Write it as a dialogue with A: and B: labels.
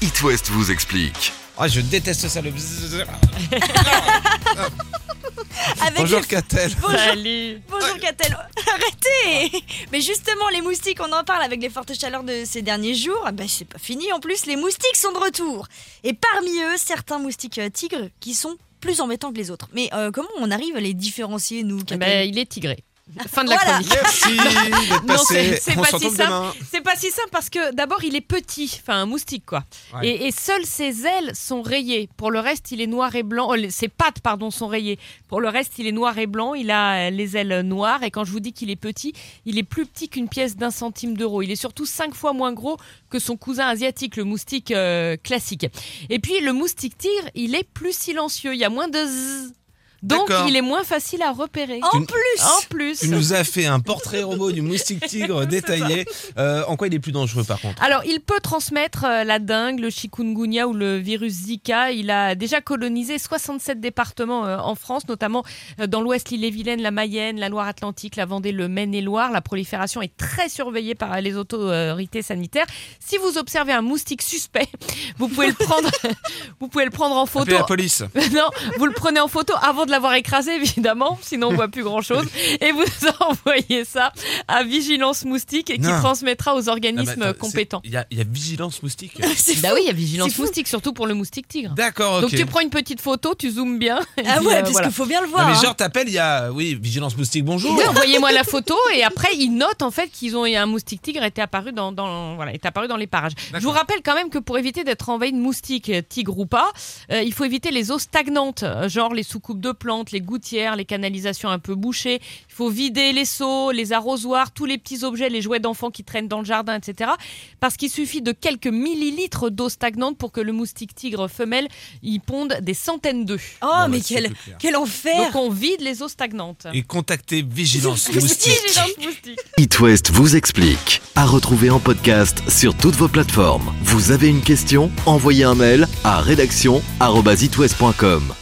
A: It West vous explique.
B: Ah, je déteste ça, le bzzz.
C: Avec
B: Bonjour
C: les-
B: Catel.
C: Bonjour,
D: Salut
C: bonjour Catel. Arrêtez Mais justement, les moustiques, on en parle avec les fortes chaleurs de ces derniers jours. Ah Ben, c'est pas fini. En plus, les moustiques sont de retour. Et parmi eux, certains moustiques euh, tigres qui sont plus embêtants que les autres. Mais euh, comment on arrive à les différencier, nous, Catel
D: Ben, Il est tigré. Fin de la
C: Voilà.
D: chronique.
B: Merci d'être
D: Non,
B: passé.
D: c'est- c'est
B: On
D: pas
B: se
D: si
B: retrouve
D: simple.
B: demain.
D: C'est pas si simple parce que d'abord il est petit, enfin un moustique quoi.
B: Ouais.
D: Et, et seules ses ailes sont rayées. Pour le reste, il est noir et blanc. Oh, les- ses pattes, pardon, sont rayées. Pour le reste, il est noir et blanc. Il a euh, les ailes noires. Et quand je vous dis qu'il est petit, il est plus petit qu'une pièce d'un centime d'euro. Il est surtout cinq fois moins gros que son cousin asiatique, le moustique euh, classique. Et puis le moustique tigre, il est plus silencieux. Il y a moins de zzz. Donc
B: D'accord.
D: il est moins facile à repérer.
C: En
B: Tu-
C: plus
D: En plus.
B: Tu nous as fait un portrait robot du moustique tigre détaillé. Euh, en quoi il est plus dangereux par contre
D: Alors, il peut transmettre euh, la dengue, le chikungunya ou le virus Zika. Il a déjà colonisé 67 départements euh, en France, notamment euh, dans l'Ouest, l'Île-et-Vilaine, la Mayenne, la Loire-Atlantique, la Vendée, le Maine-et-Loire. La prolifération est très surveillée par les autorités sanitaires. Si vous observez un moustique suspect, vous pouvez le prendre, vous pouvez le prendre en photo.
B: Appelez la police. Ah
D: Non, vous le prenez en photo avant de l'avoir écrasé, évidemment, sinon on voit plus grand-chose. Et vous envoyez ça à Vigilance Moustique et qui
B: Non.
D: transmettra aux
B: Ah bah,
D: organismes
B: attends,
D: compétents.
B: c'est- Il y, a- il y a vigilance moustique.
C: C'est
D: Bah
C: fou.
D: oui, il y a
C: C'est
D: Vigilance
C: fou.
D: Moustique, surtout pour le moustique tigre.
B: D'accord, ok.
D: Donc tu prends une petite photo, tu zoomes bien. et
C: Ah
D: puis,
C: ouais,
D: euh,
C: parce
D: voilà.
C: qu'il faut bien le
B: Non,
C: voir.
B: mais
C: hein.
B: genre t'appelles, il y a oui vigilance moustique. Bonjour.
D: Oui, Envoyez-moi la photo et après ils notent en fait qu'ils ont un moustique tigre était apparu dans, dans voilà est apparu dans les parages. Je vous rappelle quand même que pour éviter d'être envahi de moustiques euh, tigres ou pas, euh, il faut éviter les eaux stagnantes, euh, genre les soucoupes de plantes, les gouttières, les canalisations un peu bouchées. Il faut vider les seaux, les arrosoirs, tous les petits objets, les jouets d'enfants qui traînent dans le jardin, etc. Parce qu'il suffit de quelques millilitres d'eau stagnante pour que le moustique tigre femelle y ponde des centaines d'œufs.
C: Oh,
B: Bon,
C: mais
B: bah, c'est
C: quel,
B: plus clair.
C: quel enfer
D: Donc on vide les eaux stagnantes.
B: Et contactez vigilance moustique.
D: Vigilance moustique.
A: It West vous explique. À retrouver en podcast sur toutes vos plateformes. Vous avez une question Envoyez un mail à rédaction@itwest.com.